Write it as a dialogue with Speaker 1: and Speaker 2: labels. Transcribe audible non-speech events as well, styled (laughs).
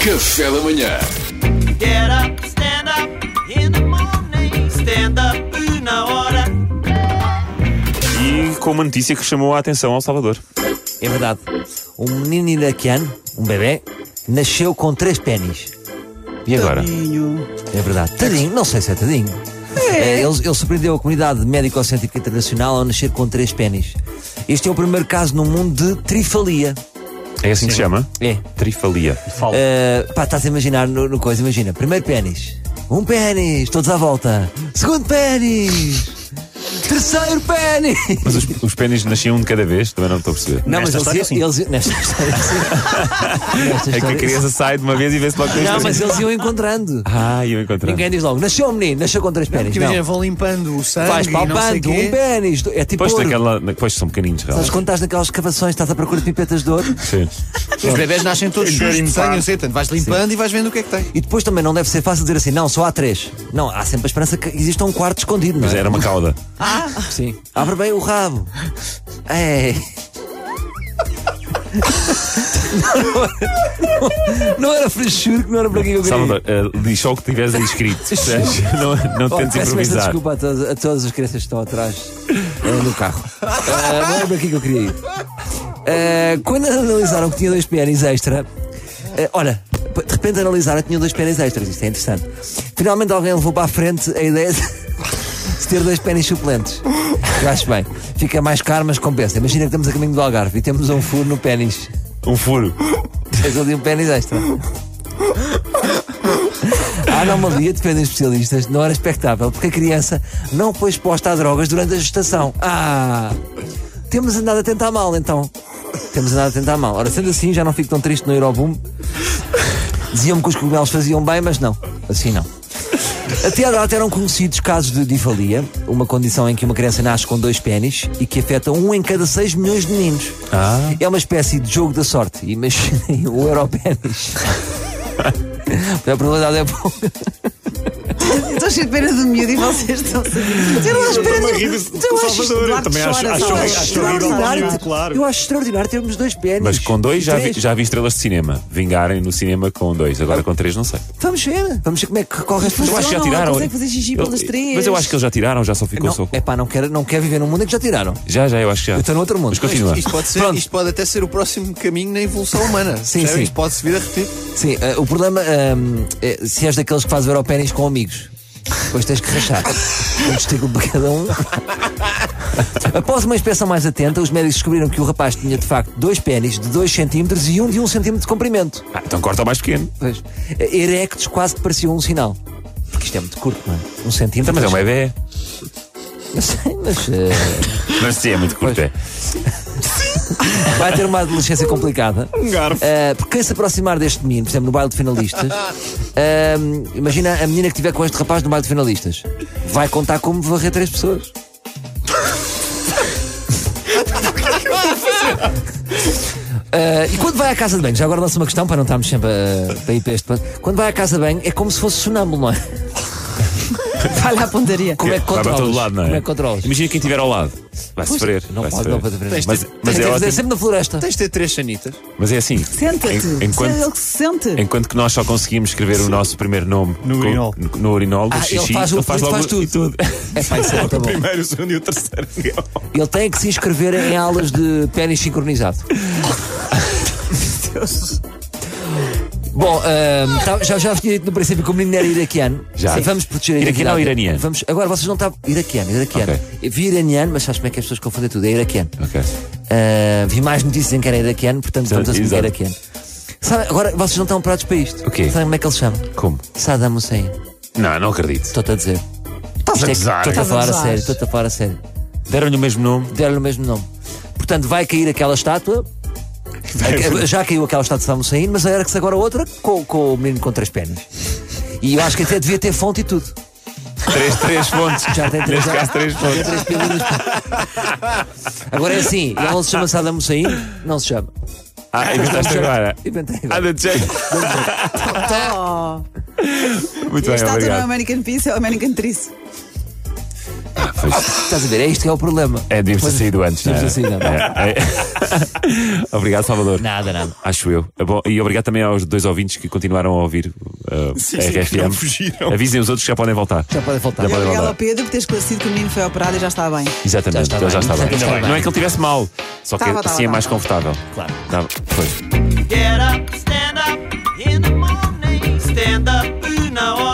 Speaker 1: Café da manhã.
Speaker 2: Get up, stand up in the morning. Stand up na hora.
Speaker 3: E com uma notícia que chamou a atenção ao Salvador.
Speaker 4: É verdade. Um menino iraquiano, um bebê, nasceu com três pênis.
Speaker 3: E agora?
Speaker 4: É verdade. Tadinho, não sei se é tadinho. É, ele, ele surpreendeu a comunidade médico-científica internacional ao nascer com três pênis. Este é o primeiro caso no mundo de trifalia.
Speaker 3: É assim que se chama?
Speaker 4: É.
Speaker 3: Trifalia.
Speaker 4: Uh, pá, estás a imaginar no, no coisa, imagina. Primeiro pênis. Um pênis, todos à volta. Segundo pênis. Terceiro pênis.
Speaker 3: Mas os, os pênis nasciam um de cada vez? Também não estou a perceber.
Speaker 4: Não, mas
Speaker 5: Nesta história,
Speaker 4: eles,
Speaker 5: sim.
Speaker 4: iam- eles. Nesta história, sim. Nesta
Speaker 3: É que a
Speaker 4: história-
Speaker 3: criança sai de uma vez e vê-se logo que tem
Speaker 4: Não,
Speaker 3: os
Speaker 4: mas
Speaker 3: pênis.
Speaker 4: eles iam encontrando.
Speaker 3: Ah, eu encontrei.
Speaker 4: Ninguém diz logo, nasceu um menino, nasceu com três pênis.
Speaker 5: Porque
Speaker 4: Não.
Speaker 5: imagina, vão limpando o sangue
Speaker 4: Vais
Speaker 5: e não sei
Speaker 4: palpando, um
Speaker 5: quê.
Speaker 4: pênis. do- É tipo
Speaker 3: Pois,
Speaker 4: ouro.
Speaker 3: naquela, na- pois são pequeninos,
Speaker 4: Sabes
Speaker 3: realmente.
Speaker 4: quando estás naquelas escavações, estás à procura de pipetas de ouro
Speaker 3: Sim.
Speaker 5: Os bebés nascem todos cheios de sangue, não sei, tanto vais limpando e vais vendo o que é que tem.
Speaker 4: e depois também não deve ser fácil dizer assim, não, só há três. Não, há sempre a esperança que exista um quarto escondido, não
Speaker 3: Mas
Speaker 4: é?
Speaker 3: era uma cauda.
Speaker 4: Sim. Abre bem o rabo. É. Não, não, não era frescura que não era para aqui que eu queria.
Speaker 3: Salvador, uh, diz só o que tiveres aí
Speaker 4: (laughs)
Speaker 3: escrito. percebes? não não
Speaker 4: Oh,
Speaker 3: tentes
Speaker 4: peço imensa
Speaker 3: improvisar.
Speaker 4: desculpa a, todas- a todas as crianças que estão atrás eh, no
Speaker 3: (laughs)
Speaker 4: carro. Eh, não era para aqui que eu queria ir. Eh, quando analisaram que tinha dois pênis extra, eh, olha, p- de repente analisaram que tinha dois pênis extras, isto é interessante. Finalmente alguém levou para a frente a ideia de, (laughs) de ter dois pênis suplentes. Eu acho bem, fica mais caro, mas compensa. Imagina que estamos a caminho do Algarve e temos um furo no pênis.
Speaker 3: Um furo.
Speaker 4: Tens ali um pênis extra. A anomalia, dependem dos especialistas, não era expectável, porque a criança não foi exposta a drogas durante a gestação. Ah! Temos andado a tentar mal, então. Temos andado a tentar mal. Ora, sendo assim, já não fico tão triste no Euroboom. Diziam-me que os cogumelos faziam bem, mas não. Assim não. Até agora até eram conhecidos casos de difalia, uma condição em que uma criança nasce com dois pênis e que afeta um em cada seis milhões de meninos.
Speaker 3: Ah.
Speaker 4: É uma espécie de jogo da sorte. Imaginem
Speaker 3: (laughs)
Speaker 4: o europénis. A probabilidade é pouca.
Speaker 6: Estou cheio de pena de miúdo e vocês estão Eu não estou à espera de- Eu acho isto de
Speaker 5: Salvador,
Speaker 6: lado
Speaker 5: também acho-
Speaker 6: fora,
Speaker 5: acho- é um
Speaker 6: sabe?
Speaker 5: acho- acho-
Speaker 4: te- Eu acho extraordinário termos dois pênis.
Speaker 3: Mas com dois já vi,
Speaker 4: Três. Ah.
Speaker 3: já vi estrelas de cinema vingarem no cinema com dois. Agora com três, não sei.
Speaker 4: Vamos ver. Vamos ver como é que corre esta
Speaker 3: Mas eu acho que já
Speaker 6: Funcionam,
Speaker 3: tiraram.
Speaker 6: consegue fazer xixi
Speaker 3: Eu-
Speaker 6: pelas três.
Speaker 3: Mas eu acho que eles já tiraram, já só ficou só
Speaker 4: Não,
Speaker 3: com.
Speaker 4: é pá, não quero, não quero viver num mundo em que já tiraram.
Speaker 3: Já, já, eu acho que já.
Speaker 4: Eu estou no outro mundo.
Speaker 3: Mas continua.
Speaker 5: Isto pode, ser-
Speaker 4: Pronto.
Speaker 5: isto pode até ser o próximo caminho na evolução humana.
Speaker 4: Sim,
Speaker 5: percebem?
Speaker 4: sim.
Speaker 5: Isto pode-se vir a repetir.
Speaker 4: Sim, eh, o problema ehm, é se és daqueles que faz o europénis com amigos. Depois tens
Speaker 3: (laughs)
Speaker 4: que rachar. Um testículo para cada um. Após uma inspeção mais atenta, os médicos descobriram que o rapaz tinha de facto dois pênis de 2 centímetros e um de 1 um centímetro de comprimento.
Speaker 3: Ah, então corta o mais pequeno.
Speaker 4: Pois, eh, erectos quase que parecia um sinal. Porque isto é muito curto, mano. Um centímetro.
Speaker 3: Então, mas é uma ideia.
Speaker 4: Eu sei, mas. eh,
Speaker 3: Mas sim, é muito curto. É.
Speaker 4: Vai ter uma adolescência
Speaker 3: (laughs)
Speaker 4: complicada. Um
Speaker 5: garfo.
Speaker 4: porque quem se aproximar deste menino, por exemplo, no baile
Speaker 3: (laughs)
Speaker 4: de finalistas, ah, imagina a menina que estiver com este rapaz no baile de finalistas, vai contar como varrer
Speaker 3: (laughs)
Speaker 4: três pessoas. Ah, e quando vai à casa de banho, já agora lança uma questão para não estarmos sempre a, para ir para este ponto. Quando vai à casa de banho é como se fosse sonâmbulo, não é?
Speaker 6: Vai lá à pontaria.
Speaker 4: Como é que
Speaker 3: Vai para
Speaker 4: controlas?
Speaker 3: todo lado, não é?
Speaker 4: Como é que controlas?
Speaker 3: Imagina quem estiver ao lado. Vai sofrer.
Speaker 4: Não
Speaker 3: vai
Speaker 4: pode,
Speaker 3: sofrer.
Speaker 4: não pode aprender.
Speaker 3: Mas, mas,
Speaker 4: Tem
Speaker 3: é
Speaker 4: que fazer
Speaker 3: ótimo.
Speaker 4: sempre na floresta.
Speaker 5: Tens de ter três sanitas.
Speaker 3: mas é assim.
Speaker 6: Senta-te.
Speaker 3: en-
Speaker 6: Senta-
Speaker 3: Enquanto, Então,
Speaker 6: Ele que se sente.
Speaker 3: enquanto que nós só conseguimos escrever o nosso primeiro nome
Speaker 5: No
Speaker 3: com-
Speaker 5: urinol.
Speaker 3: no- no urinol, no
Speaker 4: Ah,
Speaker 3: xixi,
Speaker 4: ele faz, o- ele
Speaker 3: logo
Speaker 4: faz tudo.
Speaker 3: e (laughs) tudo.
Speaker 4: É pá, isso é muito bom.
Speaker 3: Primeiro, o segundo e o terceiro.
Speaker 4: Ele tem que se inscrever em aulas de pênis sincronizado. Bom, ahm, tá- já, já vos tinha dito no princípio que o menino era iraquiano.
Speaker 3: Já.
Speaker 4: Sim, Vamos proteger a
Speaker 3: Iraquiano ou
Speaker 4: identidade.
Speaker 3: iraniano?
Speaker 4: Vamos, agora vocês não estavam. Iraquiano, iraquiano.
Speaker 3: Ok.
Speaker 4: Eu Vi iraniano, mas sabes como é que as pessoas confundem tudo? É iraquiano.
Speaker 3: Ok.
Speaker 4: Ah, vi mais notícias em que era iraquiano, portanto estamos a assumir que é
Speaker 3: Exato.
Speaker 4: iraquiano. Sabe, agora vocês não estão prontos para isto.
Speaker 3: O quê?
Speaker 4: Sabem como é que ele se chama?
Speaker 3: Como?
Speaker 4: Saddam Hussein.
Speaker 3: Não, não acredito.
Speaker 4: Estou-te a dizer. Estás
Speaker 3: a gozar.
Speaker 4: Estou-te a
Speaker 6: Estás a
Speaker 4: falar a
Speaker 6: gozar.
Speaker 4: sério, estou-te a falar a sério.
Speaker 3: Deram-lhe o mesmo nome.
Speaker 4: deram-lhe o mesmo nome. Portanto, vai cair aquela estátua. Aque- Já caiu aquela estátua de Saddam Hussein, mas era que se agora outra com, com o menino com três pernas. E eu acho que até devia ter fonte e tudo.
Speaker 3: Três, três fontes.
Speaker 4: Já tem três
Speaker 3: Neste caso, três
Speaker 4: Tem
Speaker 3: fontes.
Speaker 4: três pílulas. Agora é assim, ele não se chama Saddam Hussein, não se chama.
Speaker 3: Ah, inventaste agora.
Speaker 4: Inventei
Speaker 3: Ah,
Speaker 4: agora.
Speaker 3: da (laughs) Jane.
Speaker 6: Tó.
Speaker 3: Muito
Speaker 6: E a
Speaker 3: bem,
Speaker 6: estátua não é
Speaker 3: obrigado.
Speaker 6: American Peace, é American Trice.
Speaker 3: feliz.
Speaker 4: Estás a ver? É isto que é o problema.
Speaker 3: É, devíamos ter saído antes, não é?
Speaker 4: Devíamos ter saído antes.
Speaker 3: É, é. (laughs) Obrigado, Salvador.
Speaker 5: Nada, nada.
Speaker 3: Acho eu. Ah, Bom, e obrigado também aos dois ouvintes que continuaram a ouvir ah,
Speaker 1: Sim,
Speaker 3: a
Speaker 1: sim,
Speaker 3: RFM.
Speaker 1: não fugiram.
Speaker 3: Avisem os outros que já podem voltar.
Speaker 4: Já podem voltar.
Speaker 3: Já
Speaker 6: E
Speaker 4: E
Speaker 3: podem
Speaker 6: obrigado
Speaker 3: voltar.
Speaker 6: ao Pedro por ter esclarecido que o menino foi operado e já está bem.
Speaker 3: Exatamente,
Speaker 4: Já está
Speaker 3: ele já
Speaker 4: bem.
Speaker 3: está bem.
Speaker 4: Ainda bem.
Speaker 3: Não é que ele estivesse mal, só que
Speaker 6: Tava,
Speaker 3: assim
Speaker 6: tava,
Speaker 3: é mais
Speaker 6: tava.
Speaker 3: confortável.
Speaker 5: Claro.
Speaker 3: Tá, foi.
Speaker 2: Get up, stand up in the morning, stand up, Una